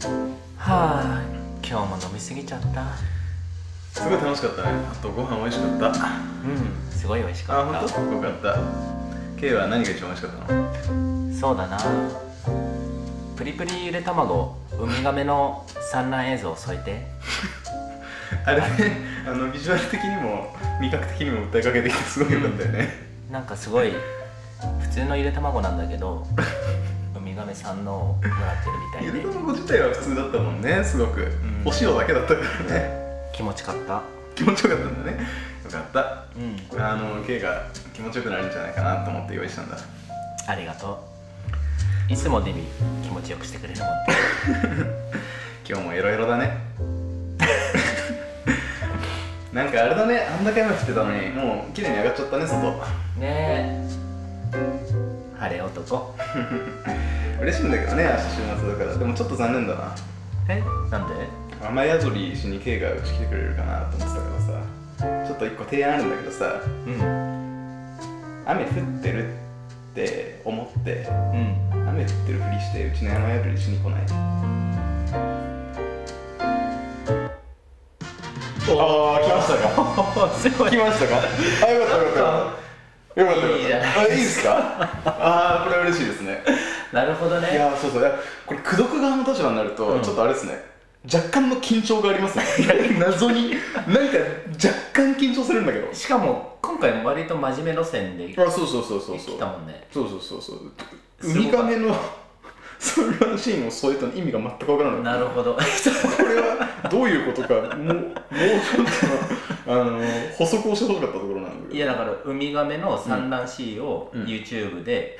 はあ今日も飲みすぎちゃったすごい楽しかったねあとご飯美味しかったうんすごい美味しかあった本当よかった K は何が一番美味しかったのそうだなプリプリゆで卵ウミガメの産卵映像を添えて あれねあのビジュアル的にも味覚的にも訴えかけてきてすごいよかったよね なんかすごい普通のゆで卵なんだけ どウミガメさんのをもらってるみゆたでいで卵自体は普通だったもんねすごく、んお塩だけだったからね気持ちかった気持ちよかったんだねよかったうんあの K が気持ちよくなるんじゃないかなと思って用意したんだありがとういつもデビ気持ちよくしてくれるもんね今日もエロエロだね なんかあれだねあんだけ雨降ってたのにもう綺麗に上がっちゃったね外ねえ晴れ男嬉しいんだけどね明日週末だからでもちょっと残念だなえなんで雨宿りしに K がうち来てくれるかなと思ってたからさちょっと一個提案あるんだけどさうん雨降ってるって思ってうん雨降ってるふりしてうちの雨宿りしに来ないああ来ましたかお すご来いましたか。あ、よかった、よかった。よかった、よかった。いいじゃないあ、いいですか。あー、これは嬉しいですね。なるほどいねやー、そうそう、いやこれ口説く側の立場になると、うんちょっとあれですね。若干の緊張がありますね。謎に、なんか若干緊張するんだけど。しかも今回割と真面目路線であ、そうそうそうそうそ来う。たもんねそうそうそうそう。ウすごミいガメの。 そんなシーンを添えたの意味が全くわからない。なるほど これはどういうことか、もう、もうちょっと、あの、補足をしてほしかったところなんだけど。いやだからウミガメの産卵シーンをうん YouTube で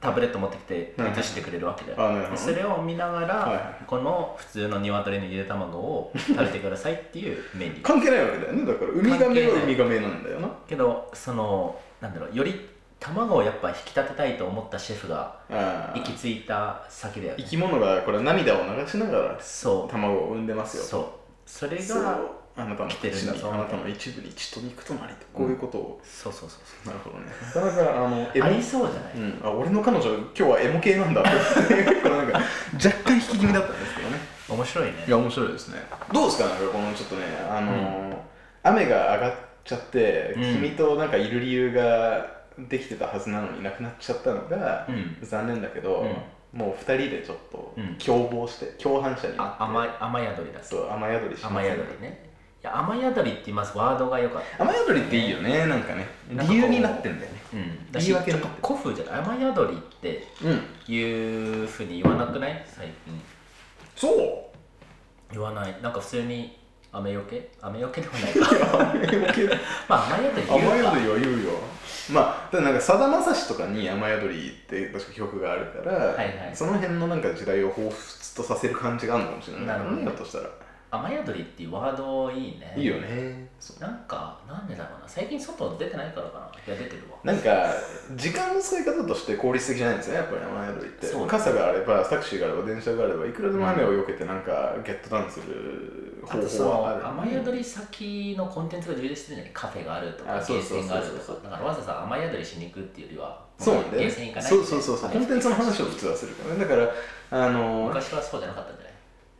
タブレット持ってきて映してくれるわけだあなるよでほどそれを見ながはいらこの普通の鶏のゆで卵を食べてくださいっていうメニュー関係ないわけだよねだからウミガメはウミガメなんだよなけどそのなんだろうより卵をやっぱ引き立てたいと思ったシェフがああ行き着いた先だよ生ねき物がこれ涙を流しながらそう卵を産んでますよそうそれがそそれうをあなたの来てるん口だにぞあなたの一部に血と肉となりとこういうことを、そうそうそなるほどねなかなかあのエうあモりそうじゃない、うん、あ俺の彼女今日はエモ系なんだ結構なんか 若干引き気味だったんですけどね面白いねいや面白いですねどうですかなんかこのちょっとねあのー雨が上がっちゃって、うん君となんかいる理由ができてたはずなのになくなっちゃったのが、うん残念だけど、もう2人でちょっとうん共謀して、共犯者になあって雨雨宿りだそう雨宿りし雨宿りねいや雨宿りって言いますワードが良かっ雨宿りっていいよねなんかねなんかこう理由になってんだよねた、うん、だ言しいちょっ訳にとなってる古風じゃない雨宿りってうんいうふうに言わなくない最近そう言わないなんか普通に雨よけ雨よけでもないか雨宿り まあ雨宿りは言うか言うよまあただなんかさだまさしとかに雨宿りって確か曲があるから、いはいその辺のなんか時代を彷彿とさせる感じがあるのかもしれないなるほどねひょっとしたら、雨宿りっていうワードいいねいいよねそうなんかなんでだろうな最近外出てないからかないや出てるわなんか時間の使い方として効率的じゃないんですよねやっぱり雨宿りって、そう傘があればタクシーがあれば電車があればいくらでも雨を避けてなんかゲットダウンするあ方とそ法はあるの雨宿り先のコンテンツが充実してるじゃないカフェがあるとかあゲそうーそうセンそうそがうあるとかだからわざわざ雨宿りしに行くっていうよりはそうなんだよゲねーセン行かないそみうたいそうなそうそうコンテンツの話を普通はするからねだからあの昔はそうじゃなかったんじゃない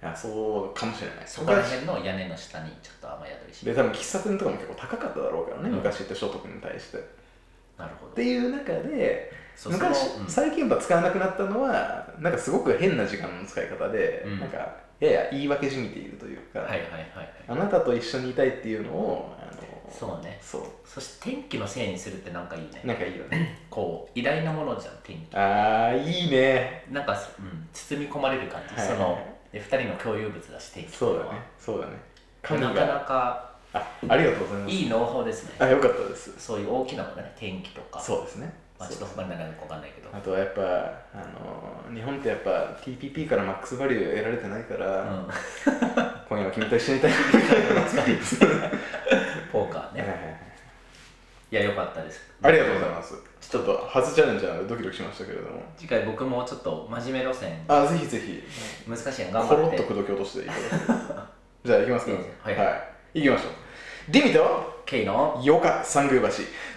いやそうかもしれないそこら辺の屋根の下にちょっと雨宿りしにで多分喫茶店とかも結構高かっただろうからね、うん昔って所得に対してっなるほどていう中でそうその昔、うん最近やっぱ使わなくなったのはなんかすごく変な時間の使い方で、うんなんかやや言い訳じみているというか、はいはいはいはいあなたと一緒にいたいっていうのをあのそうねそうそして天気のせいにするってなんかいいねなんかいいよねこう偉大なものじゃん天気あーいいねなんか、うん、包み込まれる感じ、はいはいそので2人の共有物だし天気っていそうのだはねそうだね神ながかなかあありがとうございますいいノウハウですねあよかったですそういう大きなものね天気とかそうですねまあ、ちょっと他に何か分かんないけどあとはやっぱ、あのー日本ってやっぱ TPP からマックスバリュー得られてないから、うん、 今夜は君と一緒にいたいポーカーねはいはいはいいや良かったですありがとうございますちょっと初チャレンジなのでドキドキしましたけれども次回僕もちょっと真面目路線あぜひぜひ難しいやん頑コ張ロっッてと口説き落としていただけれ ばじゃあ行きますかいいですはいい行きましょうディミと K のヨカ三宮橋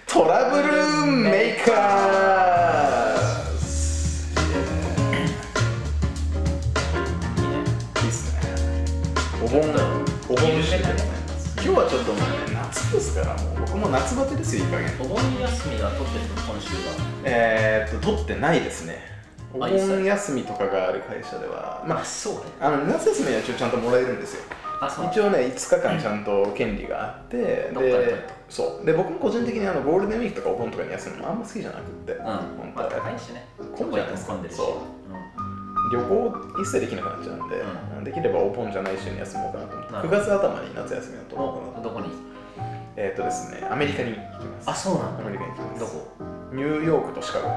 トラブルメーカーズいいねお盆お盆有名今だね日はちょっともうね夏ですからもう僕も夏バテですよいい加減お盆休みは取ってるの今週はえー、っと取ってないですねおあ一切盆休みとかがある会社ではまあそうねあの夏休みは一応ちゃんともらえるんですよあそう一応ね5日間ちゃんと権利があって、どっかで取るでそうで僕も個人的にあのゴールデンウィークとかお盆とかに休むのあんま好きじゃなくって、うん本まあ当は高いしね混んじゃないですか混んでるしそ旅行一切できなくなっちゃうんで、うできればお盆じゃない週に休もうかなと思ってなる9ほど月頭に夏休みだとうん思うかなおどこにとえっ、とですねアメリカに行きますあそうなアんメだリカに行きますどこニューヨークとシカゴ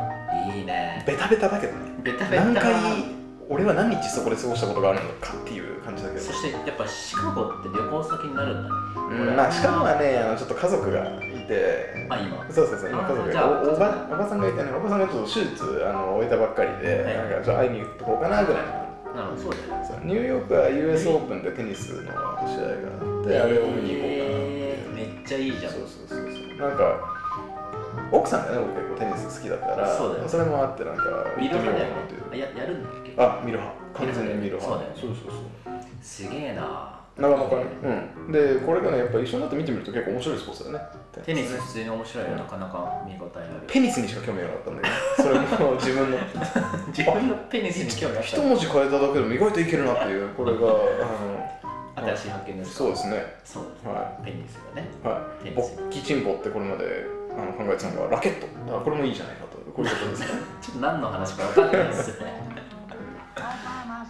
いいねベタベタだけどねベタベタ何回俺は何日そこで過ごしたことがあるのかっていう感じだけどそしてやっぱシカゴって旅行先になるんだねうんまあ、シカゴはねあのちょっと家族がいてまあ今そうそうそう今家族じゃがあおおばおばさんがいてねおばさんがちょっと手術あの終えたばっかりで、はいなんかじゃあ会いに行っとこうかなぐらいのなるほどそうだよねそうニューヨークは US オープンでテニスの試合があってあれを見に行こうかなっていうえーめっちゃいいじゃんそうそうそうそうなんか奥さんがね僕結構テニス好きだからそうだよそれもあってなんか行ミってルみハようかだよなねっていうあややるんだっけあミルハ完全にミルハそうだよねそうそうそうすげえななかなかね、うん、でこれがねやっぱ一緒になって見てみると結構面白いスポーツだよねテニス普通に面白いよなかなか見応えあるペニスにしか興味がなかったんだよねそれ も自分の自分のペニスに興味あ一っ文字変えただけでも意外といけるなっていうこれがた新しい発見あのですそうですねそうですねはペニスがねいはテいニボスッキチンポってこれまであの考えてたのがラケットあこれもいいじゃないかとこういう ことですね、ちょっと何の話か分かんないですね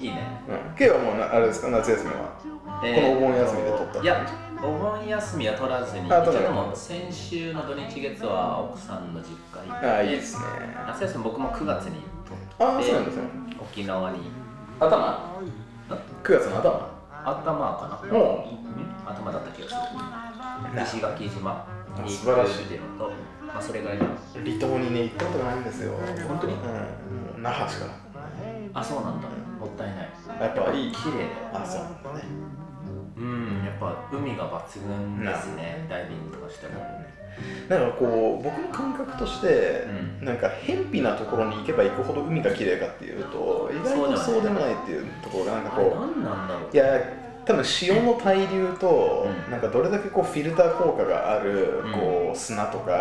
いいねうん、K はもうなあれですか夏休みはえこーのお盆休みで撮ったいやお盆休みは取らずに一あ応取らないでも先週の土日月は奥さんの実家行ってああいいですね夏休み僕も9月にああ取そうなんっですてね沖縄に頭9月の頭頭かなおうん頭だった気がする石垣島に素晴らしいっていうのと、まあ、それぐらいかな離島にね行ったことがないんですよ本当にうんもう那覇しかあそうなんだもったいないやっぱいい綺麗だよあそうねうんやっぱ海が抜群ですねダイビングとかしてもなんかこう僕の感覚として、うんなんか偏僻なところに行けば行くほど海が綺麗かっていうと意外とそうでもないっていうところがなんかあれこ何なんだろうういや多分潮の対流と、うんなんかどれだけこうフィルター効果があるうんこう砂とか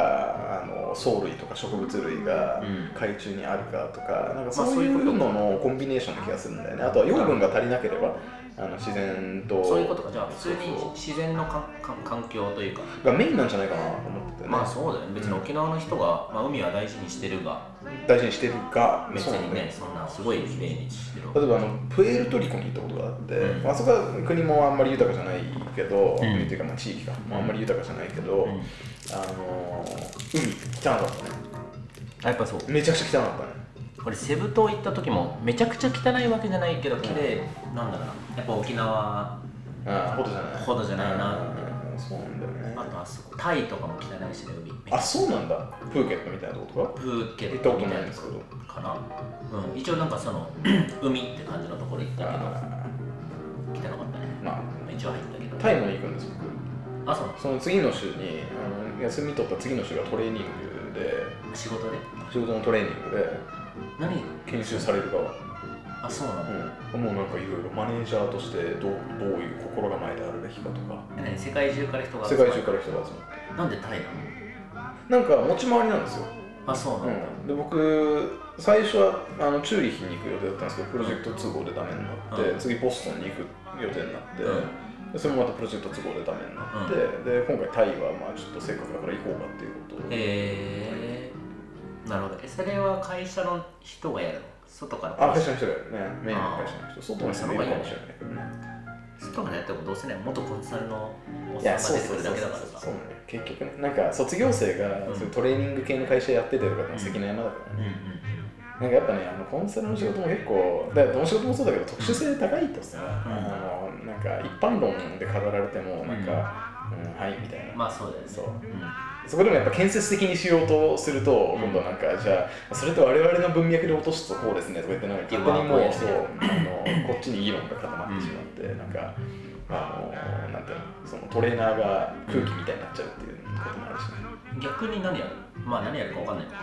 あの藻類とか植物類がうん海中にあるかとかなんかまあそういそういううことののコンビネーションな気がするんだよねあとは養分が足りなければあの自然とそういうことかじゃあ普通にそう自然のかんかん環境というかそうがメインなんじゃないかなと思っててね、まあそうだよね別に沖縄の人が、まあ、海は大事にしてるが大事にしてるが別にねそんなすごい綺麗にしてる例えばあのプエルトリコに行ったことがあって、うんまあそこは国もあんまり豊かじゃないけど、うん国っていうかまあ地域がまああんまり豊かじゃないけど、うんあのー、海汚かったねあやっぱそうめちゃくちゃ汚かったね俺セブ島行った時もめちゃくちゃ汚いわけじゃないけど綺麗なんだろうなやっぱ沖縄ああほどじゃないほどじゃないなうんそうなんだよねあとあそこタイとかも汚いしね海あそうなんだプーケットみたいなとことかプーケ行ッったトことみなたいんいなですけどかな、うん、一応なんかその 海って感じのところ行ったけあど汚かったねーまあまあ一応入ったけどタイも行くんですあそうな僕その次の週にあの休み取った次の週がトレーニングでの仕事で仕事のトレーニングで何研修される側あそうなの、うん、もうなんかいろいろマネージャーとしてどうどういう心構えであるべきかとかえ何世界中から人が世界中から人が集まってらなんでタイなのなんか持ち回りなんですよ、あそうなんだ、うん、で僕最初はあのチューリヒに行く予定だったんですけどプロジェクト都合でダメになって、うん次ボストンに行く予定になって、うでそれもまたプロジェクト都合でダメになって、で今回タイはまあちょっとせっかくだから行こうかっていうことでえー、なるほどえそれは会社の人がやるの外からあ会社の人だよねメインの会社の人外の人そものい方がるいいよかもねしれないけどね外からやってもどうせね元コンサルのおっさんが出てくるだけだからさそうね結局ねなんか卒業生がうんそういうトレーニング系の会社やっててとかって関の山だからうんうね、んなんかやっぱねあのコンサルの仕事も結構だからどの仕事もそうだけど特殊性高いとさ、あのなんか一般論で語られてもなんか、うんはいみたいな、うんまあそうだよねそううんそこでもやっぱ建設的にしようとすると、うん今度なんかじゃあそれと我々の文脈で落とすとこうですねとか言ってなんか勝手にもううわそうあのこっちに議論が固まってしまって、なんかあのなんていうのそのトレーナーが空気みたいになっちゃうっていうこともあるしね、逆に何やるまあ何やるか分かんないけど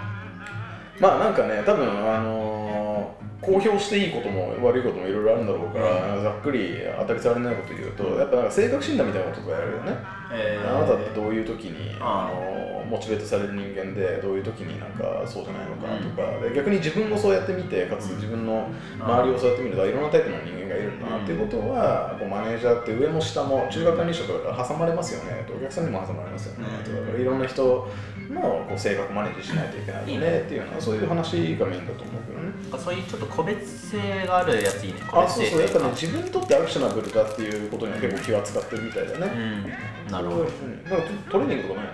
まあなんかね多分あの公表していいことも悪いこともいろいろあるんだろうから、ざっくり当たり障りないこと言うと、やっぱなんか性格診断みたいなこととかやるよね、えーあなたってどういう時にああのモチベートされる人間でどういう時になんかそうじゃないのかなとか、で逆に自分もそうやってみてかつ自分の周りをそうやってみるとあいろんなタイプの人間がいるんだなっていうことは、こうマネージャーって上も下も中学管理職だから挟まれますよねとお客さんにも挟まれますよねとかだからいろんな人のこう性格マネージしないといけないよねっていうようなそういう話がメインだと思うけどね。なんかそういうちょっと個別性があるやついいね個あ別そう性そうやっとぱいねうか自分にとってアクショナブルだっていうことには結構気は使ってるみたいだね。うんなるほどうんなんかトレーニングとかないの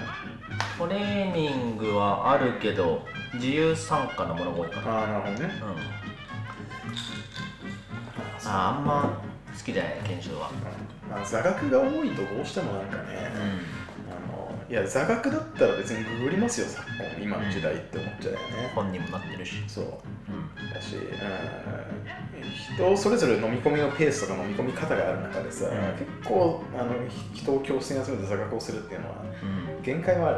トレーニングはあるけど自由参加のものが多いかなああなるほどね。うんああんま好きじゃない検証はまあ、座学が多いとどうしてもなんかうね、んあのいや座学だったら別にググりますよ昨今今の時代って思っちゃうよね、本にもなってるしそううんだし、うん、人それぞれ飲み込みのペースとか飲み込み方がある中でさ、うん結構あのひ人を教室に集めて座学をするっていうのは限界はある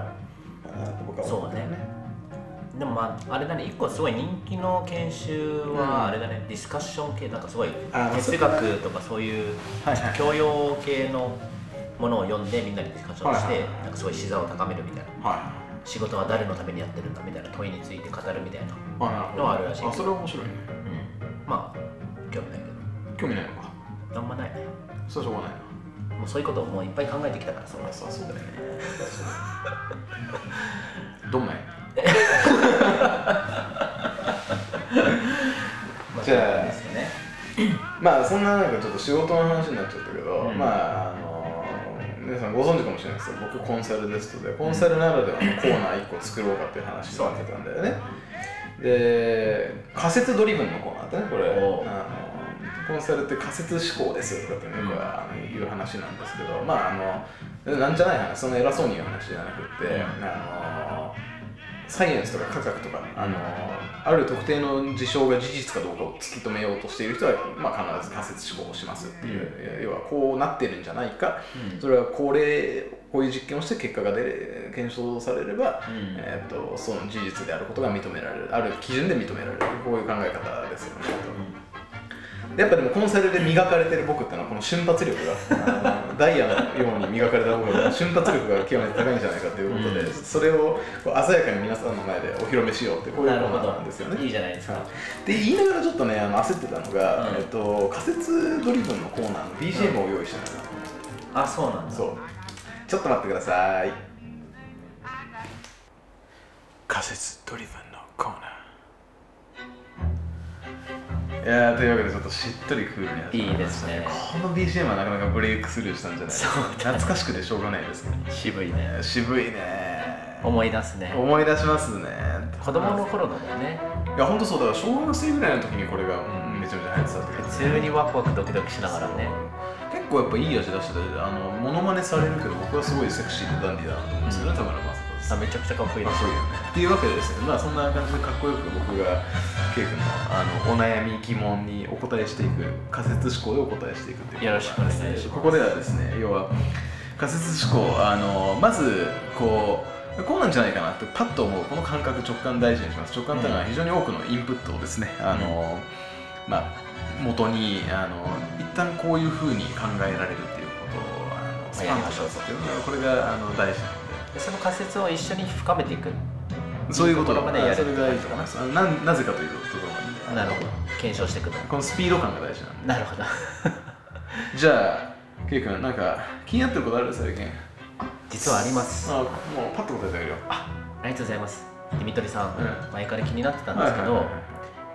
かなと僕は思ってるねうんでもまああれだね一個すごい人気の研修うんはあれだね、ディスカッション系なんかすごいあー哲学とかそういうはいはい教養系のものを読んでみんなにディスカッションしはいてはいはいなんかすごい視座を高めるみたいなは仕事は誰のためにやってるんだみたいな問いについて語るみたいな、いあなるほのはあるらしいけどあそれは面白いねうん、まあ興味ないけ興味ないのかどあんまないねそれはしょうがないもうそういうことをもういっぱい考えてきたからそのなそうそうだよね どんなやじゃあですよねまあそんななんかちょっと仕事の話になっちゃったけど、うんまああの皆さんご存知かもしれないですけど僕コンサルですのでコンサルならではのコーナー1個作ろうかっていう話になってたんだよねで仮説ドリブンのコーナーってねこれあおうのコンサルって仮説思考ですよとかってねうん僕はあのいう話なんですけどまああのなんじゃない話そんな偉そうに言う話じゃなくって、うんあのサイエンスとか科学とか、あのある特定の事象が事実かどうかを突き止めようとしている人は、まあ、必ず仮説思考をしますっていう、要はこうなってるんじゃないか、うんそれはこれこういう実験をして結果が出れ検証されれば、うんえー、とその事実であることが認められるある基準で認められるこういう考え方ですよねと。やっぱでもコンサルで磨かれてる僕ってのはこの瞬発力 があのダイヤのように磨かれた僕が瞬発力が極めて高いんじゃないかということで、うんそれをこう鮮やかに皆さんの前でお披露目しようってこういうなこるとほなんですよどね。いいじゃないですはかいで言いながらちょっとねあの焦ってたのが、うんえっと、仮説ドリブンのコーナーの BGM を用意してたんですよ、あそうなんだそうちょっと待ってください仮説ドリブンのコーナーいやーというわけでちょっとしっとりクールにやっていいですねこの BGM はなかなかブレイクスルーしたんじゃないですかそうだね懐かしくてしょうがないですね渋いね渋いね思い出すね思い出しますね子供の頃のだねいや本当そうだから小学生ぐらいの時にこれがうんめちゃめちゃ流行ってたって感じ普通にワクワクドキドキしながらね結構やっぱいい味出してたあのモノマネされるけど僕はすごいセクシーでダンディーだなと思うんですよね、田村正子ですあめちゃくちゃかっこいいまであすそういうっていうわけでですねまあそんな感じでかっこよく僕が K 君のあのお悩み疑問にお答えしていく仮説思考でお答えしていくっていうよろしくお願いしますここではですね要は仮説思考あのまずこうこうなんじゃないかなってパッと思うこの感覚直感大事にします直感というのは非常に多くのインプットをですね、あのまあ元にあの一旦こういうふうに考えられるっていうことをあのスパンとしますっていうのがこれがあの大事なのででその仮説を一緒に深めていくそういうこといいところまでやるそれがいいと思います。あのなんなぜかというところまで。なるほど検証していくとこのスピード感が大事なんなるほどで。じゃあ、ケイ君、なんか気になってることある最近。 実はありますあもうパッと答えてあげるよ。あありがとうございますデミトリさん、う前から気になってたんですけど、はいはいはい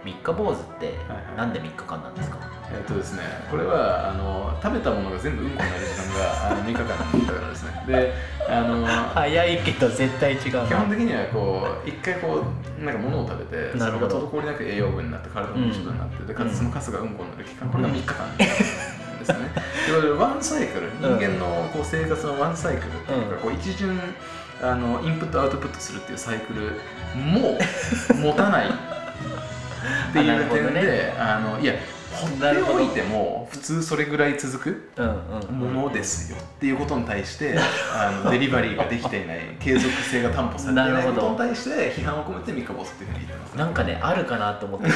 三日坊主ってはいはいなんで3日間なんですか、えっとですね、これはあの食べたものが全部うんこになる時間があの3日間だったからですね。で、あの、早いけど絶対違うな基本的にはこう一回こうなんか物を食べてそなれるがほど滞りなく栄養分になって体も一部になって、でかうんつそのカスがうんこになる期間これが3日間ですね。 ということでワンサイクル人間のこう生活のワンサイクルっていうか、うんこう一巡あのインプットアウトプットするっていうサイクルもう持たないっ てあないるうほど点ねであのいや放っなるほてどおいても普通それぐらい続く うんうんものですよっていうことに対してあのデリバリーができていない継続性が担保されていななるいほどことに対して批判を込めて三日坊主っていうふうに言ってますなんかねあるかなと思 ってい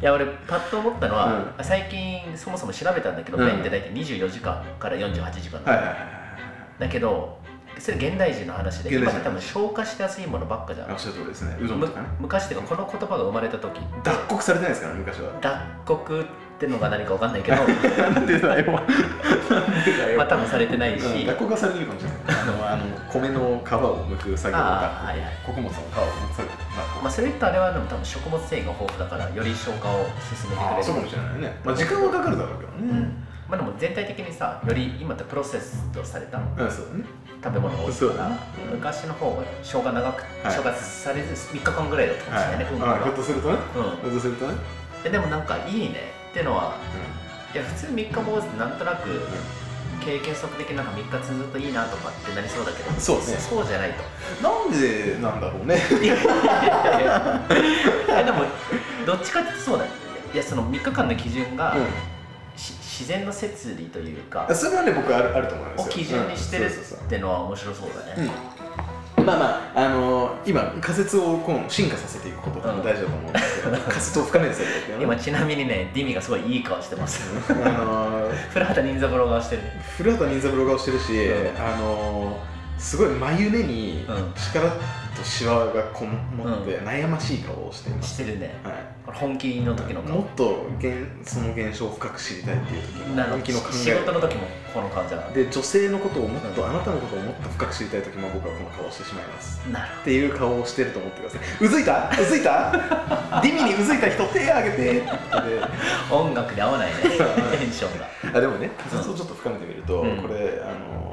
や俺パッと思ったのは、最近そもそも調べたんだけど、うんペンって大体24時間から48時間、はいはいはいだけどそれ現代人の話で現今代っ人て多分消化しやすいものばっかじゃはいおんっしゃる通りですねうどんむとかね昔っていうかこの言葉が生まれた時脱穀されてないですからね昔は脱穀ってのが何か分かんないけ どなんでだよなんでだよまあ多分されてないし、うん脱穀がされてるかもしれないあのあの米の皮を剥く作業があーはいはい穀物の皮を剥く作業脱まあ、それ言うとあれはでも多分食物繊維が豊富だからより消化を進めてああそくうれかるもしれないね、まあ、時間はかかるだろうけどうねんまあ、でも全体的にさより今ってプロセスとされたうん、そうだね食べ物が多いそうから、だね昔の方が消化長く、はい消化されず3日間ぐらいだったかもしれないね、うんこあひょっとするとねがひょっとするとね、うんででもなんかいいねってのはいや普通3日坊主ってなんとなく経験則的になんか3日続くといいなとかってなりそうだけどそうねそうじゃないとなんでなんだろうねいやいやいやいやでもどっちかっていうとそうだよいやその3日間の基準が、し自然の摂理というかうん、それはね僕あるあると思いますをよ基準にしてるうんそうそうそうってのは面白そうだね、うんまあまあ、あのー今仮説をこう進化させていくことが大事だと思うんですけど、仮説を深めてされていくよね今ちなみにねディミがすごいいい顔してますあのー古畑任三郎がしてるね古畑任三郎顔してるし、うんあのーすごい眉目にうん力とシワがこもって悩ましい顔をしています、してるねはいこれ本気の時のも顔っと現その現象を深く知りたいっていう時のなる本ほ気どの考仕事えの時もこの顔じゃなで女性のことをもっと、うんあなたのことをもっと深く知りたい時も僕はこの顔をしてしまいますなるっていう顔をしてると思ってくださいうずいたうずいた ディミにうずいた人手挙げてって言ってほど音楽に合わないねテンションがあでもね仮説をちょっと深めてみると、うんこれあのー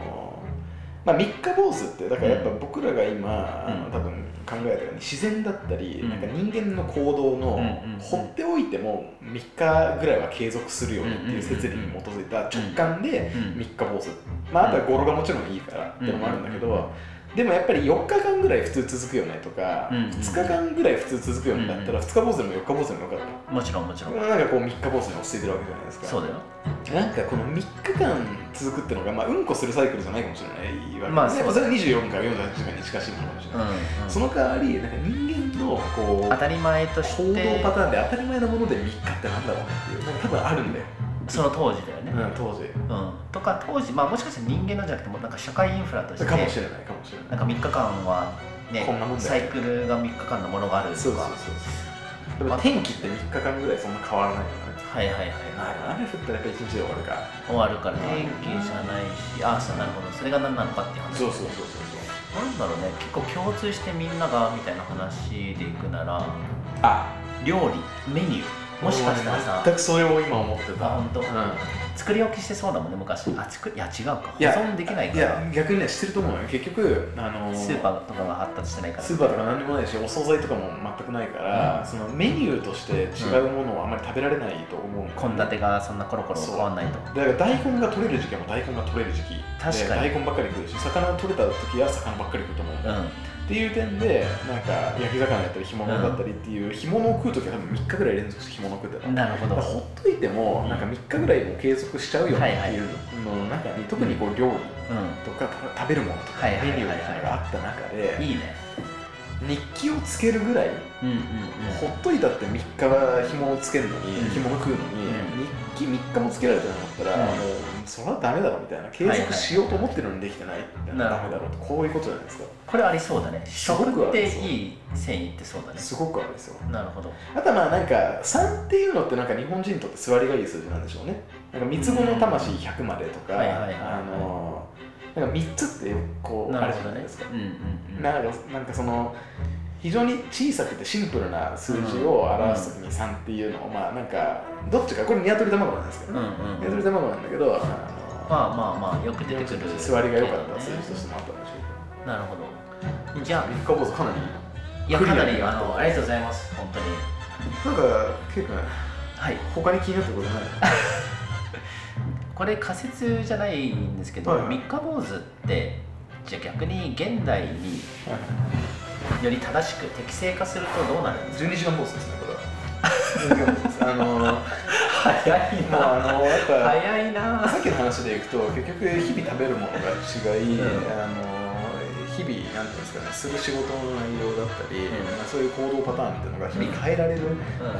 まあ、三日坊主ってだからやっぱ僕らが今、あのうん多分考えたように自然だったり、うんなんか人間の行動のうんうん放っておいても3日ぐらいは継続するよねっていう説理に基づいた直感でうん三日坊主、まあ、あとは語呂がもちろんいいからってのもあるんだけど、うんうんうんでもやっぱり4日間ぐらい普通続くよねとか、うんうんうん2日間ぐらい普通続くよねだったら2日坊主でも4日坊主でもよかった。もちろんもちろんなんかこう三日坊主に落ち着いてるわけじゃないですか。そうだよなんかこの3日間続くってのが、まあ、うんこするサイクルじゃないかもしれないわけで、ままああ、そうそれが24から48時間に近しいものかもしれうない、ん、うん、その代わりなんか人間のこう当たり前とし行動てパターンで当たり前のもので3日ってなんだろうねっていうなんか多分あるんだよ、その当時だよね、うん、当時うん、とか当時まあもしかしたら人間のじゃなくてもなんか社会インフラとしてかもしれないかもしれなないんか3日間はねこんなもんだよサイクルが3日間のものがあるとかそうそうそうでも天気って3日間ぐらいそんな変わらないよねはいはいはいまあ雨降ったらやっぱ1日で終わる終わるかから天気じゃないしああそうなるほどそれが何なのかっていう話そうそうそうそうなそうんだろうね結構共通してみんながみたいな話でいくならあ料理メニューもしかしたらさ全くそれを今思ってたあ本当うん作り置きしてそうだもんね昔あ作りいや違うか保いや存できないいかやら逆にねしてると思うよ結局あのスーパーとかが発達してないからスーパーとか何でもないしお惣菜とかも全くないから、そのメニューとして違うものをあんまり食べられないと思うの献立がそんなコロコロ変わんないとだから大根が取れる時期はもう大根が取れる時期確かにで大根ばっかり食うし魚取れた時は魚ばっかり食うと思うう、んっていう点でなんか焼き魚やったり干物だったりっていう干物を食う時は多分3日ぐらい連続して干物食ってたなるほどだからほっといてもなんか3日ぐらいもう継続しちゃうよねっていうのの中に特にこう料理うとかた食べるものとかはいメはいはいはいニューみたいなのがあった中んでいいね日記をつけるぐらいうんうんうんほっといたって3日は紐をつけるのに、うん紐を食うのに、うん日記3日もつけられてなかったら、うんもうそれはダメだろみたいな継はいは続いしようと思ってるのにできてないってなるダほメどだろうとこういうことじゃないですかこれありそうだねすごく食あっりてそういい繊維ってそうだねすごくあるんですよなるほどあとはまあなんか3っていうのってなんか日本人にとって座りがいい数字なんでしょうねなんか三つ子の魂100までとか、はいはいはいあのーなんか3つってこうなあるるじほどゃないねですか、うんうんうんなんかなんかその非常に小さくてシンプルな数字を表すときに3っていうのを、まあなんかどっちかこれニワトリ卵なんですけどうんね、うんニワトリ卵なんだけど、あまのあまあまあよく出てくる座りが良かった数字とねしてもあったんでしょうなるほどじゃけど3日坊主かなりあいやクリかアなにりなあったのありがとうございます本当になんか結構はい他に気になったことないこれ仮説じゃないんですけど、はいはい三日坊主ってじゃあ逆に現代に より正しく適正化するとどうなるんですか12時間坊主ですねこれは12時間坊主ですあのー早いもうあなのやっぱ早いなさっきの話でいくと結局日々食べるものが違い、うんあの日々なんていうんですかねする仕事の内容だったうんり、まあそういう行動パターンみたいなのが日々変えられる、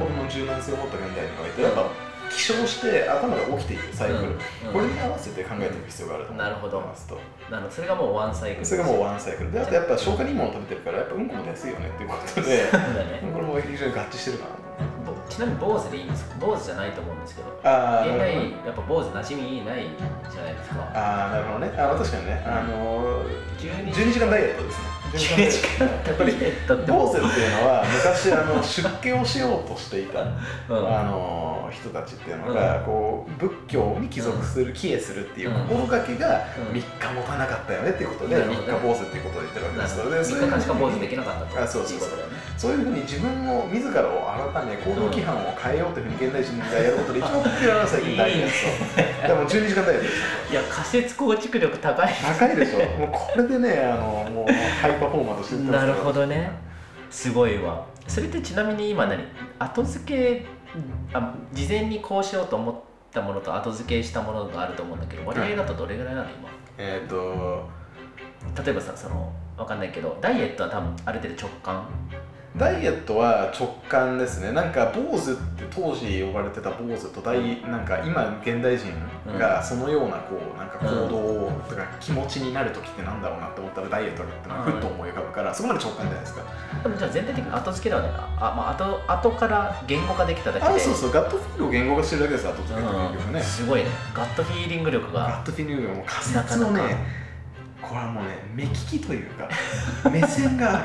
子供の柔軟性を持った現代人がいてやっぱ起床して頭が起きているサイクル、これに合わせて考えていく必要があると思なるほどいますとなのそれがもうワンサイクルそれがもうワンサイクルであとやっぱ消化にいいものを食べてるからやっぱうんこも出やすいよねっていうこと でそうだねこれも非常に合致してるかなぼちなみに坊主でいいんですか坊主じゃないと思うんですけどあ現ーなるほど代やっぱ坊主馴染みないじゃないですかあーなるほどねあー確かにねあのー12 12時間ダイエットですね12時間やっぱりだって坊主っていうのは昔あの出家をしようとしていたうんあの人たちっていうのが、こう仏教に帰属する帰依するっていう心がけがうん3日持たなかったよねっていうことでな3るほどね日坊主っていうことを言ってるわけなるですほどそれで3日間しか坊主できななかったとあそうそうそいこうとだよねそういうふうに自分を自らを改め行動規範を変えようというふうに現代人がやることで一番ポピュラーな最近ダイエットでもう12時間ダイエットですいや仮説構築力高い高いでしょもうこれでねあのもうハイパフォーマーとして言ってますなけるほどねすごいわそれってちなみに今何後付けあ事前にこうしようと思ったものと後付けしたものがあると思うんだけど割合だとどれぐらいなの今えっ、と例えばさそのわかんないけどダイエットは多分ある程度直感ダイエットは直感ですねなんか坊主って当時呼ばれてた坊主と大なんか今現代人がそのようなこうなんか行動をとか気持ちになる時ってなんだろうなって思ったらダイエットだってのはふっと思い浮かぶからそこまで直感じゃないですかでもじゃあ全体的に後付けではないあ、まあ、後後から言語化できただけであそうそうガットフィールを言語化してるだけです後付けって結局うん、ねすごいねガットフィーリング力がガットフィールがもう仮説をねなかなかこれはもうね目利きというか 目線がある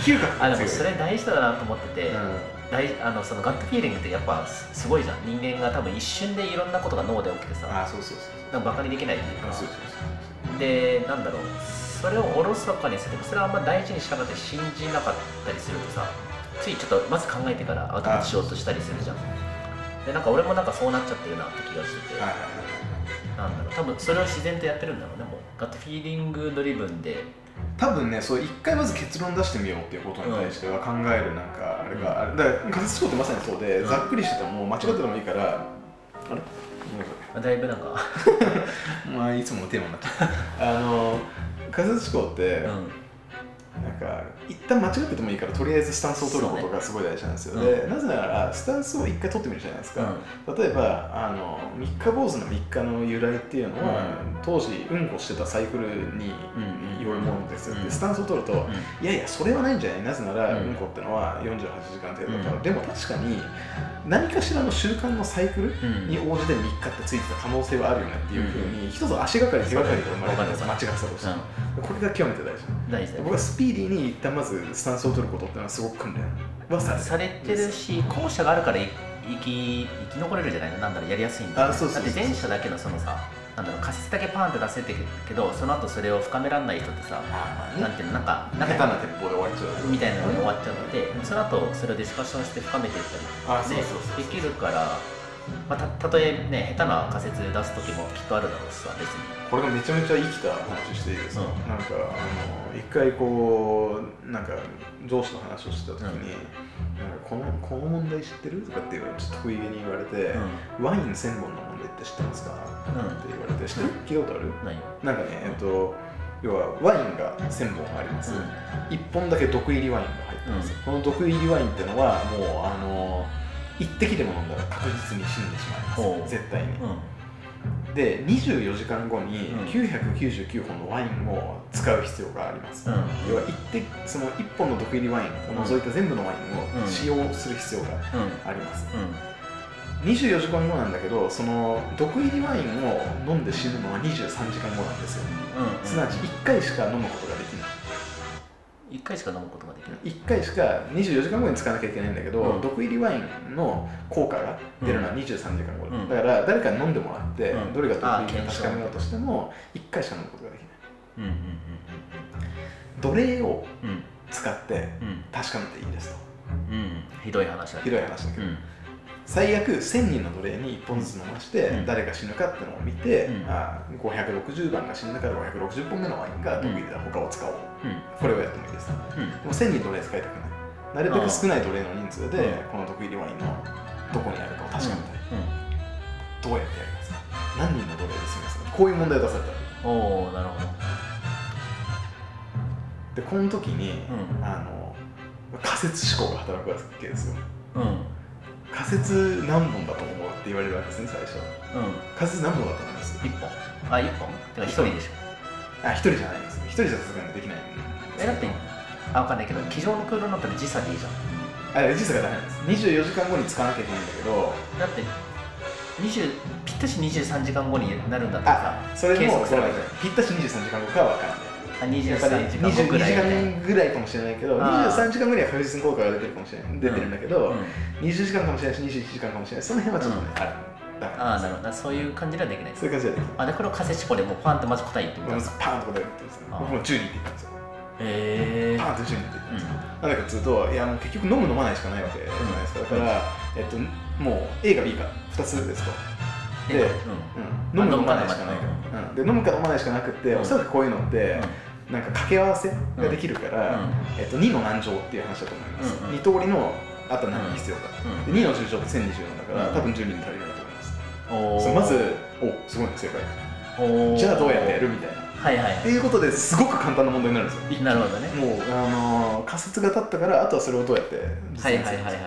嗅覚あがで強もいそれ大事だなと思ってて、うん大あのそのガットフィーリングってやっぱすすごいじゃん人間が多分一瞬でいろんなことが脳で起きてさあそうそうそうそうなんかバカにできないっていうあかそうそうそうでなんだろうそれをおろそかにするとそれはあんま大事にしなかったり信じなかったりするとさついちょっとまず考えてからアウトプットしようとしたりするじゃんでなんか俺もなんかそうなっちゃってるなって気がしてて、はいはいはいはいなんだろう多分それを自然とやってるんだろうねもうガットフィーリングドリブンで多分ねそう一回まず結論出してみようっていうことに対しては考えるなんかあれがあるだから仮説思考ってまさにそうで、うんざっくりしてても間違っててもいいからあれごめんなさまあだいぶなんかいまあいつものテーマになっちゃ うあの仮説思考って、うんなんか一旦間違っててもいいからとりあえずスタンスを取ることそうがすごい大事なんですよ、うんでなぜならスタンスを一回取ってみるじゃないですか、例えばあの三日坊主の三日の由来っていうのは、当時うんこしてたサイクルにうんうんよるものですよ、うでんスタンスを取ると、うんいやいやそれはないんじゃないなぜなら、う、うんんこってのは48時間程度だから、うんでも確かに何かしらの習慣のサイクルうんに応じて3日ってついてた可能性はあるよねっていうふうに、一つ足がかり手がかりが生まれてるんですわ間か違っるてたとしても、これが極めて大事うん大事だよね僕はスピーディーに一旦まずスタンスを取ることっていうのはすごく訓練はされてるされてるし後者があるからい生き生き残れるじゃないのなんだろうやりやすいんだよねあそうそうそうだって前者だけのそのさなんだろう仮説だけパンって出せてるけどその後それを深めらんない人ってさまあまなあねんていうのなんか下なん手かな鉄砲で終わっちゃうみたいなのに終わっちゃってその後それをディスカッションして深めていったりあねできるから、まあ、たたとえね下手な仮説出す時もきっとあるだろうしさ別にこれがめちゃめちゃ生きた話していいですか、うんなんかあの一回こうなんか上司の話をしてた時に、なんかこのこの問題知ってるとかってちょっと得意げに言われて、ワイン1000本の問題って知ってますか、うんって言われて知ってる聞いたことある、ないよなんかねえっと要はワインが1000本あります、一1本だけ毒入りワインが入ってます、うこの毒入りワインってのはもうあの一滴でも飲んだら確実に死んでしまいほまうす絶対に、うんうんで24時間後にうん999本のワインを使う必要があります、うん要は一滴その1本の毒入りワインを除いた全部のワインうんを使用する必要がうんあります、24時間後なんだけどその毒入りワインを飲んで死ぬのは23時間後なんですようんうんすなわち1回しか飲むことができない一回しか飲むことができない1回しか24時間後に使わなきゃいけないんだけど、うん毒入りワインの効果が出るのは23時間後だ,、うんだから誰かに飲んでもらって、うんどれが毒入りあかー確かめようとしても1回しか飲むことができないうんうんうん奴隷をうんうん使ってうん確かめていいですとうんひどい話だひどい話だけうど、ん最悪1000人の奴隷に1本ずつ飲まして、うん誰が死ぬかってのを見て、うんあー560番が死んだから560本目のワインが得意だ、他を使おううんこれをやってもいいですでも1000人奴隷使いたくないなるべく少ない奴隷の人数で、うこの得意ワインのどこにあるかを確かめたうい、んどうやってやりますか何人の奴隷で済みますかこういう問題を出されたわけおおなるほどでこの時に、うんあの仮説思考が働くわけですようん仮説何本だと思うって言われるわけですね最う初ん仮説何本だと思います一本あ一本てか一人でしょあ一人じゃないです一人じゃさすがにできないんですえだってあ分かんないけど机上の空論だったら時差でいいじゃんあレジスがダメなんです24時間後に使わなきゃいけないんだけどだって20ぴったし23時間後になるんだったらさあそれ計も測すそれうばいいだじねぴったし23時間後かは分からないゃんあやっぱり23時間後22ぐ時らいみたいな間ぐらいかもしれないけどあー23時間ぐらいは確実に効果が出てるかもしれない出てるんだけど、うん20時間かもしれないし21時間かもしれないその辺はちょっとね、あるだからああなるほどそういう感じではできないですそういう感じであでこれを仮説思考でもうパンってまず答え言ってみたんまでずすかパーンと答えるって言うんですよあー僕もう10人って言ったんですよへえパーンと10人って言ったんですよ、なんだかっつうといやもう結局飲む飲まないしかないわけじゃないですかだから、えっともう A か B か2つですとででうん飲む飲まないしかないから、うんで飲むか飲まないしかなくって、うんおそらくこういうのって、なんか掛け合わせができるから、うんえっと、2の何乗っていう話だと思います、うんうん二2通りのあと何が必要か、うんで2の10乗って1024だから、うん多分10人足りないと思います、おそーうまずおすごいね正解おーじゃあどうやってやるみたいなっはいはいていうことですごく簡単な問題になるんですよ一気になるほどねもう、あのー仮説が立ったからあとはそれをどうやって実はい践はすいはるいんではす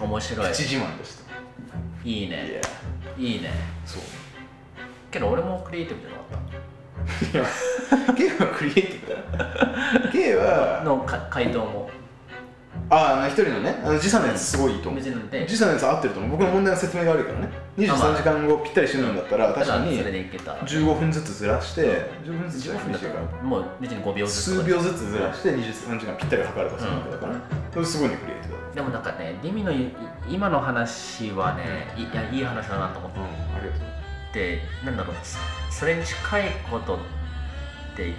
かい面白い口自慢でしたいいいねやいいねそうけど俺もクリエイティブじゃなかっいやゲイはクリエイティブだよゲイはたのか回答もああの一人のねあの時差のやつすごいいいと思う別にで時差のやつ合ってると思う僕の問題の説明が悪いからね23時間後ぴったり死ぬんだったら確かにそれでいけた15分ずつずらして15分ずつじゃ15分なくだてかいいからもう別に5秒ずつと数か秒ずつずらして23時間ぴったり測れたそうなわけだから、それすごいねクリエイティブだでもなんかねリミのい今の話はねいいやいい話だなと思っうんありがとうてなんだろうそそれに近いことって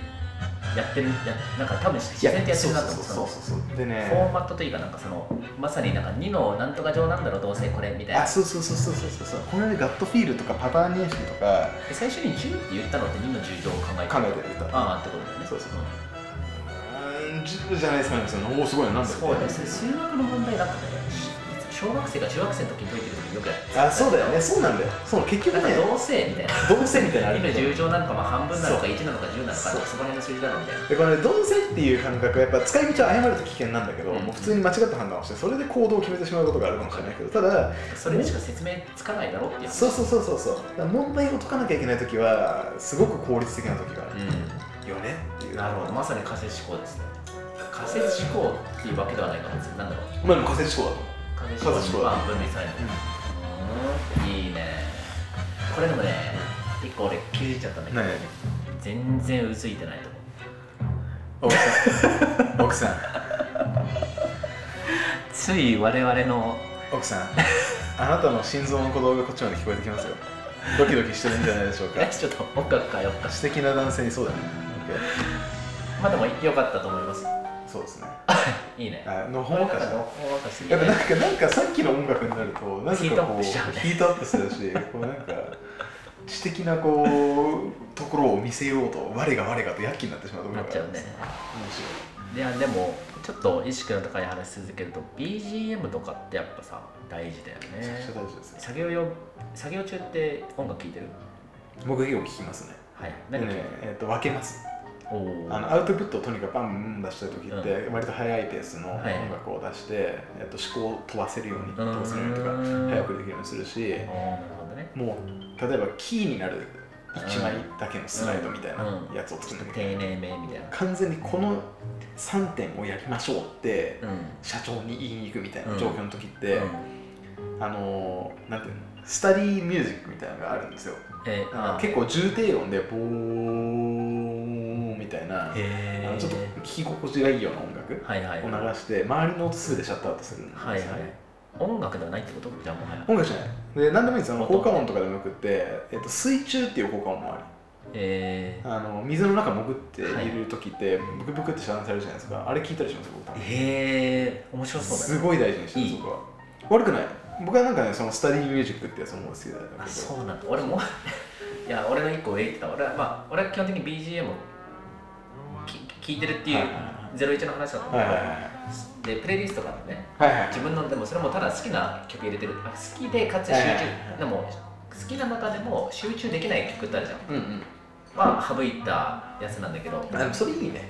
やってるやなんか多分自然とやってるなと思ってそうそうそうそうでフねォーマットというかなんかそのまさになんか2のなんとか上なんだろうどうせこれみたいなあそうそうそうそうそうそうそうこれでガットフィールとかパターン認識とかで最初に10って言ったのって2の10乗を考えて考えてる歌ああってことだよねそうそううんうーん10じゃないですかねそのおおすごいななんだそうみたいなですね数学の問題だったねし小学生が中学生の時に解いてる時によくやってたあそうだよねそうなんだよそう結局なんかねどうせみたいなどうせみたいなの2あるのけど10乗なのかまあ半分なのかそう1なのか10なのかそうそこら辺の数字だろうみたいなでこれねどうせっていう感覚はやっぱ使い道を誤ると危険なんだけど、うんもう普通に間違った判断をしてそれで行動を決めてしまうことがあるかもしれないけどただそれでしか説明つかないだろうっていう話そうそうそうそうそうだから問題を解かなきゃいけない時はすごく効率的な時があるうよねっていんうなるほどまさに仮説思考ですね仮説思考っていうわけではないかもしれないなんだろうまあでも仮説思考だと仮説思考にまあ分類される思うーう、んいいねこれでもね一個俺気づいちゃったんだけどね全然うずいてないと思う奥さん奥さんつい我々の奥さんあなたの心臓の鼓動がこっちまで聞こえてきますよドキドキしてるんじゃないでしょうかえちょっと音楽かよっか素敵な男性にそうだねまあでも良かったと思いますそうですねいいねあのほんわかしのたほんわかしいいやっぱねなんかなんかさっきの音楽になるとなぜヒーかトアッこうプしちゃうねヒートアップするしこうなんか知的なこうところを見せようと我が我がと躍起になってしまうところながっあちゃるうんねですいやでもちょっと意識の高い話続けると BGM とかってやっぱさ大事だよ面白いめちゃくちゃね大事ですね作業用作業中って音楽聴いてる僕結構聞きますねはいで何ね聴いてる、えっと分けますおおあのアウトプットをとにかくバンバン出したい時って割と速いペースの音はい楽を出して、えっと、思考を飛ばせるようにん飛ばせるようにとか早くできるようにするしおーなるほどねもう例えばキーになる1枚だけのスライドみたいなうんやつを作んなきゃいけない丁寧めみたいな完全にこの3点をやりましょうってうん社長に言いに行くみたいうんな状況の時って、うんあのーなんていうのスタディーミュージックみたいなのがあるんですよえだから結構重低音でボーみたいなあへのえちょっと聞き心地がいいような音楽はいはいはいを流して周りの音すべてシャットアウトするんですよねはいはい音楽ではないってことじゃあもはや音楽じゃないで何でもいいんですよあの音効果音とかでもよくって、えっと、水中っていう効果音もあるえあの水の中潜っている時って、ブクブクって遮断されるじゃないですかあれ聞いたりしますよ僕多ー、分えー、面白そうだすねごい大事にしてるいいそこは悪くない僕はなんかねそのスタディーミュージックってやつも好きだけどあそうなんだ俺もいや俺の一個上行ってた俺はまあ俺は基本的に BGM をき聞いてるっていうはいはいはいゼロイチの話だと思うはいけはいどではいプレイリストがあってねはいはい自分のでもそれもただ好きな曲入れてるあ好きでかつ集は中いはいでも好きな中でも集中できない曲ってあるじゃんうんうんまあ省いたやつなんだけどあでもそれいいね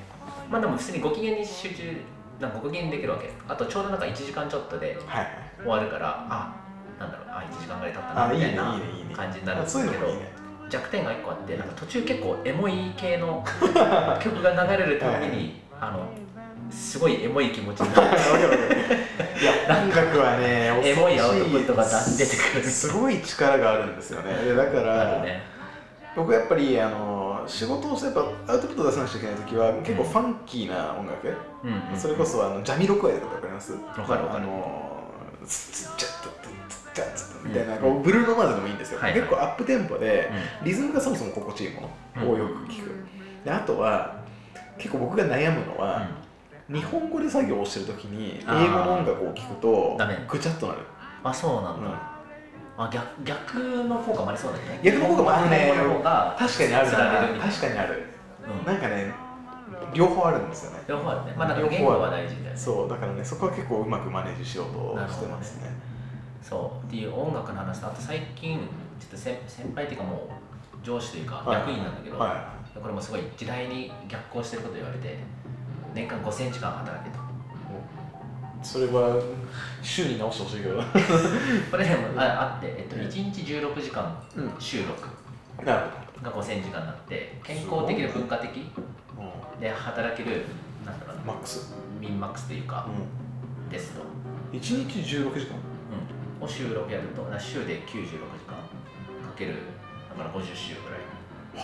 まあでも普通にご機嫌に集中なんかご機嫌にできるわけあとちょうどなんか1時間ちょっとではい終わるからあなんだろうあ1時間ぐらい経ったあないいみたねいいいなねいいね感じになるんあでそうすいけうのどもいいね弱点が1個あってなんか途中結構エモい系 の曲が流れるたびにあのすごいエモい気持ちになる いや音楽はねエモい恐ろし男とかだん出てくるすごい力があるんですよね でだかあるら、ね僕はやっぱりあの仕事をすればアウトプット出さなきゃいけない時は結構ファンキーな音楽、うんうんそれこそあのジャミロクワイとかわかりますわかるわかるあのツッツッチャッツッツッチャッツッみたいな、うんこうブルーノマーズでもいいんですよ、はいはい結構アップテンポでうんリズムがそもそも心地いいものをうんよく聞く、であとは結構僕が悩むのは、日本語で作業をしてる時に英語あーの音楽を聞くとダメぐちゃっとなる、あそうなんうだ、んあ逆逆の効果もありそうだよね逆の効果もあるね日本語の方が確かにあるされるなみたいな確かにあるうんなんかね両方あるんですよね両方あるねまあだから言語は大事だよねそうだからねそこは結構うまくマネージしようとしてますねそうっていう音楽の話とあと最近ちょっと先先輩っていうかもう上司というかはい役員なんだけど、はこれもすごい時代に逆行してること言われて年間5000時間働けといそれは週に直してほしいけどこれでもああって、えっと、1日16時間うん収録なるが5000時間になって健康的で文化的ほどで働けるなんだろうなマックスミンマックスというかテスト、 1日16時間うん、を収録やるとな週で96時間かけるだから50週ぐ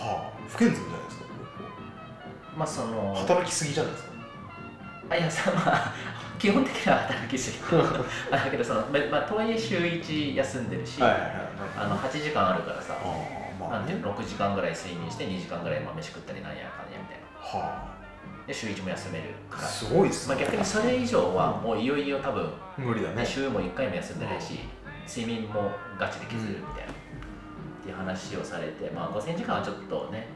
らいはあ不健全じゃないですかまあその働きすぎじゃないですかあいやさまあ基本的には働きす ぎあだけどその、ままあ、とはいえ週1休んでるし、いはいあの8時間あるからさああまなあんていねうの6時間ぐらい睡眠して2時間ぐらいまあ飯食ったりなんやかんやみたいなはで週1も休めるかあら、すごいっすまあ、逆にそれ以上はもういよいよ多分、無理だね、ね週も1回も休んでないし睡眠もガチで削るみたいな、っていう話をされてまあ5000時間はちょっとね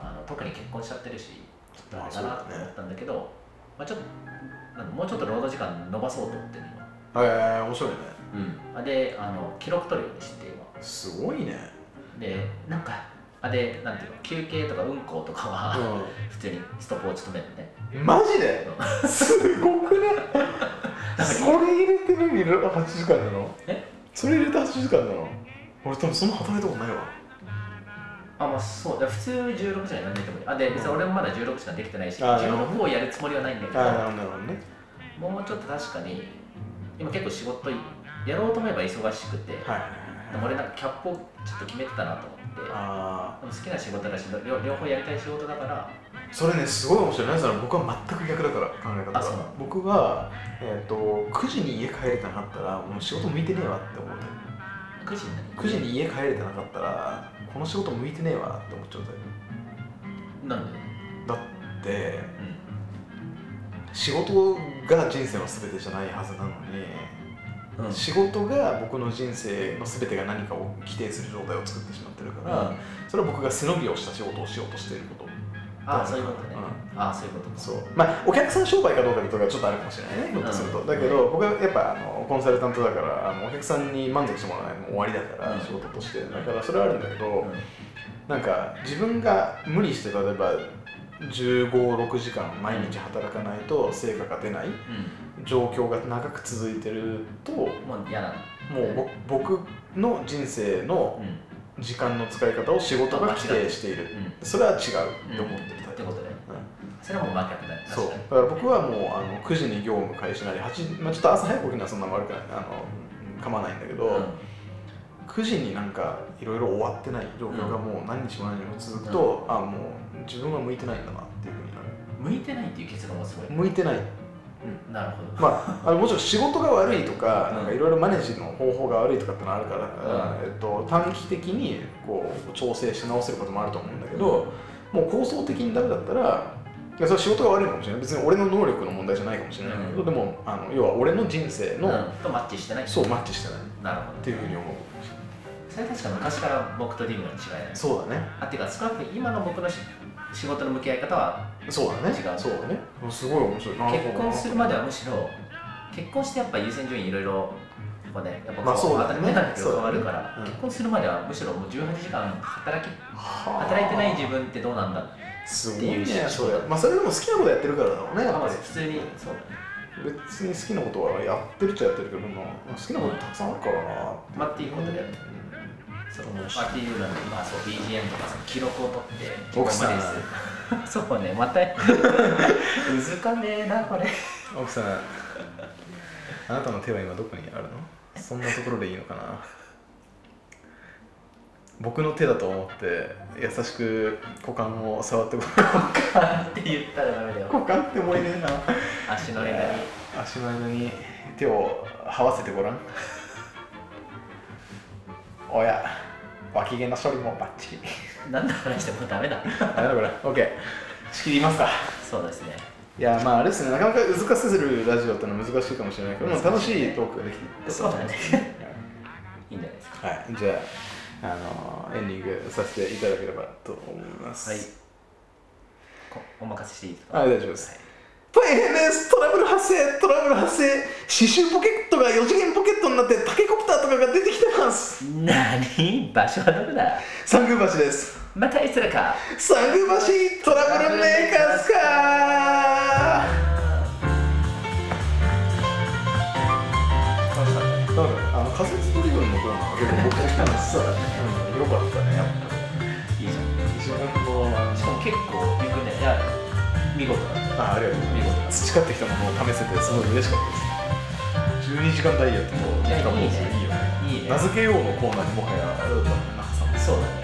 あの特に結婚しちゃってるしちょっとあれだなと思ったんだけど、まあ、ちょっとなんかもうちょっと労働時間伸ばそうと思ってるへえ面白いね今、であの記録取るようにして今すごいねでなんかあでなんていうの休憩とか運行とかは、普通にストップウォッチ止めるのねうんマジですごく ねそれ入れてるに8時間なのえそれ入れて8時間なの俺多分そんな働いたことないわあまあそうだから普通16時間やんないと思うよあで別に俺もまだ16時間できてないしあなるほど16をやるつもりはないんだけどあなるほどねもうちょっと確かに今結構仕事いやろうと思えば忙しくて、はいでも俺なんかキャップをちょっと決めてたなと思ってでもあ好きな仕事だし両両方やりたい仕事だからあそれねすごい面白い何それ僕は全く逆だから考え方あがそうなの僕は、えっと9時に家帰れてなかったらもう仕事向いてねえわって思うタ9時になるイプ9時に家帰れてなかったらこの仕事向いてねえわって思っちゃうタイなんで、プだってう仕事が人生の全てじゃないはずなのにんうん、仕事が僕の人生の全てが何かを規定する状態を作ってしまってるから、うんそれは僕が背伸びをした仕事をしようとしていることああそういうことね、ああそういうことかそうまあお客さん商売かどうかとかちょっとあるかもしれないねひょっとすると、だけど僕はやっぱあのコンサルタントだからあのお客さんに満足してもらわないのも終わりだから、うん仕事としてだからそれはあるんだけど、うんなんか自分が無理して例えば156時間毎日働かないと成果が出ない状況が長く続いてるともうん、もう嫌なのうぼ僕の人生のうん時間の使い方を仕事が規定しているうんそれは違うと思ってるタイっプ、てことでうんそれはもう真逆だねそう確だかにから僕はもうあの9時に業務開始なり8、まあ、ちょっと朝早く起きるのはそんな悪くないあの構わないんだけど、9時になんかいろいろ終わってない状況がもう何日も何日も続くと、あもう自分は向いてないんだなっていうふうになるうん、向いてないっていう結論もすごい向いてないなるほど、まあ、あのもちろん仕事が悪いとかうんなんかいろいろマネージの方法が悪いとかってのあるからだから、えっと、短期的にこう調整し直せることもあると思うんだけどもう構想的にダメだったらいやそれは仕事が悪いのかもしれない別に俺の能力の問題じゃないかもしれないけど、うんでもあの要は俺の人生の、うんとマッチしてないそうマッチしてないっなるほどていうふうに思うそれは確か昔から僕とディムの違いだよねそうだねあっていうか少なくとも今の僕のし仕事の向き合い方はそうだね違うそうだねすごい面白いなるほど結婚するまではむしろ結婚してやっぱ優先順位いろいろこうねやっぱまあそうだ当たねり前なんだけどそう変だわねるから、うん結婚するまではむしろもう18時間働きはあ働いてない自分ってどうなんだっすっごていいねうそれまあそれでも好きなことやってるからだろうねてやっぱり普通にそうだね別に好きなことはやってるっちゃやってるけどな好きなことたくさんあるからなまあっていうことでそう面ま白いあっていうのでまあそう BGM とかその記録を取って奥さんここまです そうねまたうずかねえなこれ奥さんあなたの手は今どこにあるのそんなところでいいのかな僕の手だと思って優しく股間を触ってごらんって言ったらダメだよ股間って思いねえな足の間に足の間に手を這わせてごらんおや脇毛の処理もバッチリ 何の話してもダメだダメだこれ OK 仕切りますかそうですねいやまああれですねなかなか難しするラジオってのは難しいかもしれないけどもう楽しいトークができてそうだねはい いいんじゃないですかはいじゃあ、あのエンディングさせていただければと思いますはいこお任せしていいですかはい、大丈夫です。大変ですトラブル発生トラブル発生刺繍ポケットが4次元ポケットになってタケコプターとかが出てきてます何場所はどこだ三宮橋ですまたいつらか三宮橋トラブルメーカーズか楽しかったねなんかあの仮説ドリブルのコーナー結構僕的なさ、うん、よかったねやっぱいいじゃ自分のんしかも結構びっくりだよいや見事だったあありがとうございます培ってきたものを試せてすごい嬉しかったです12時間ダイエットもなんかもういいよねいいね名付けようのコーナーにもはやあるだもんなそうだね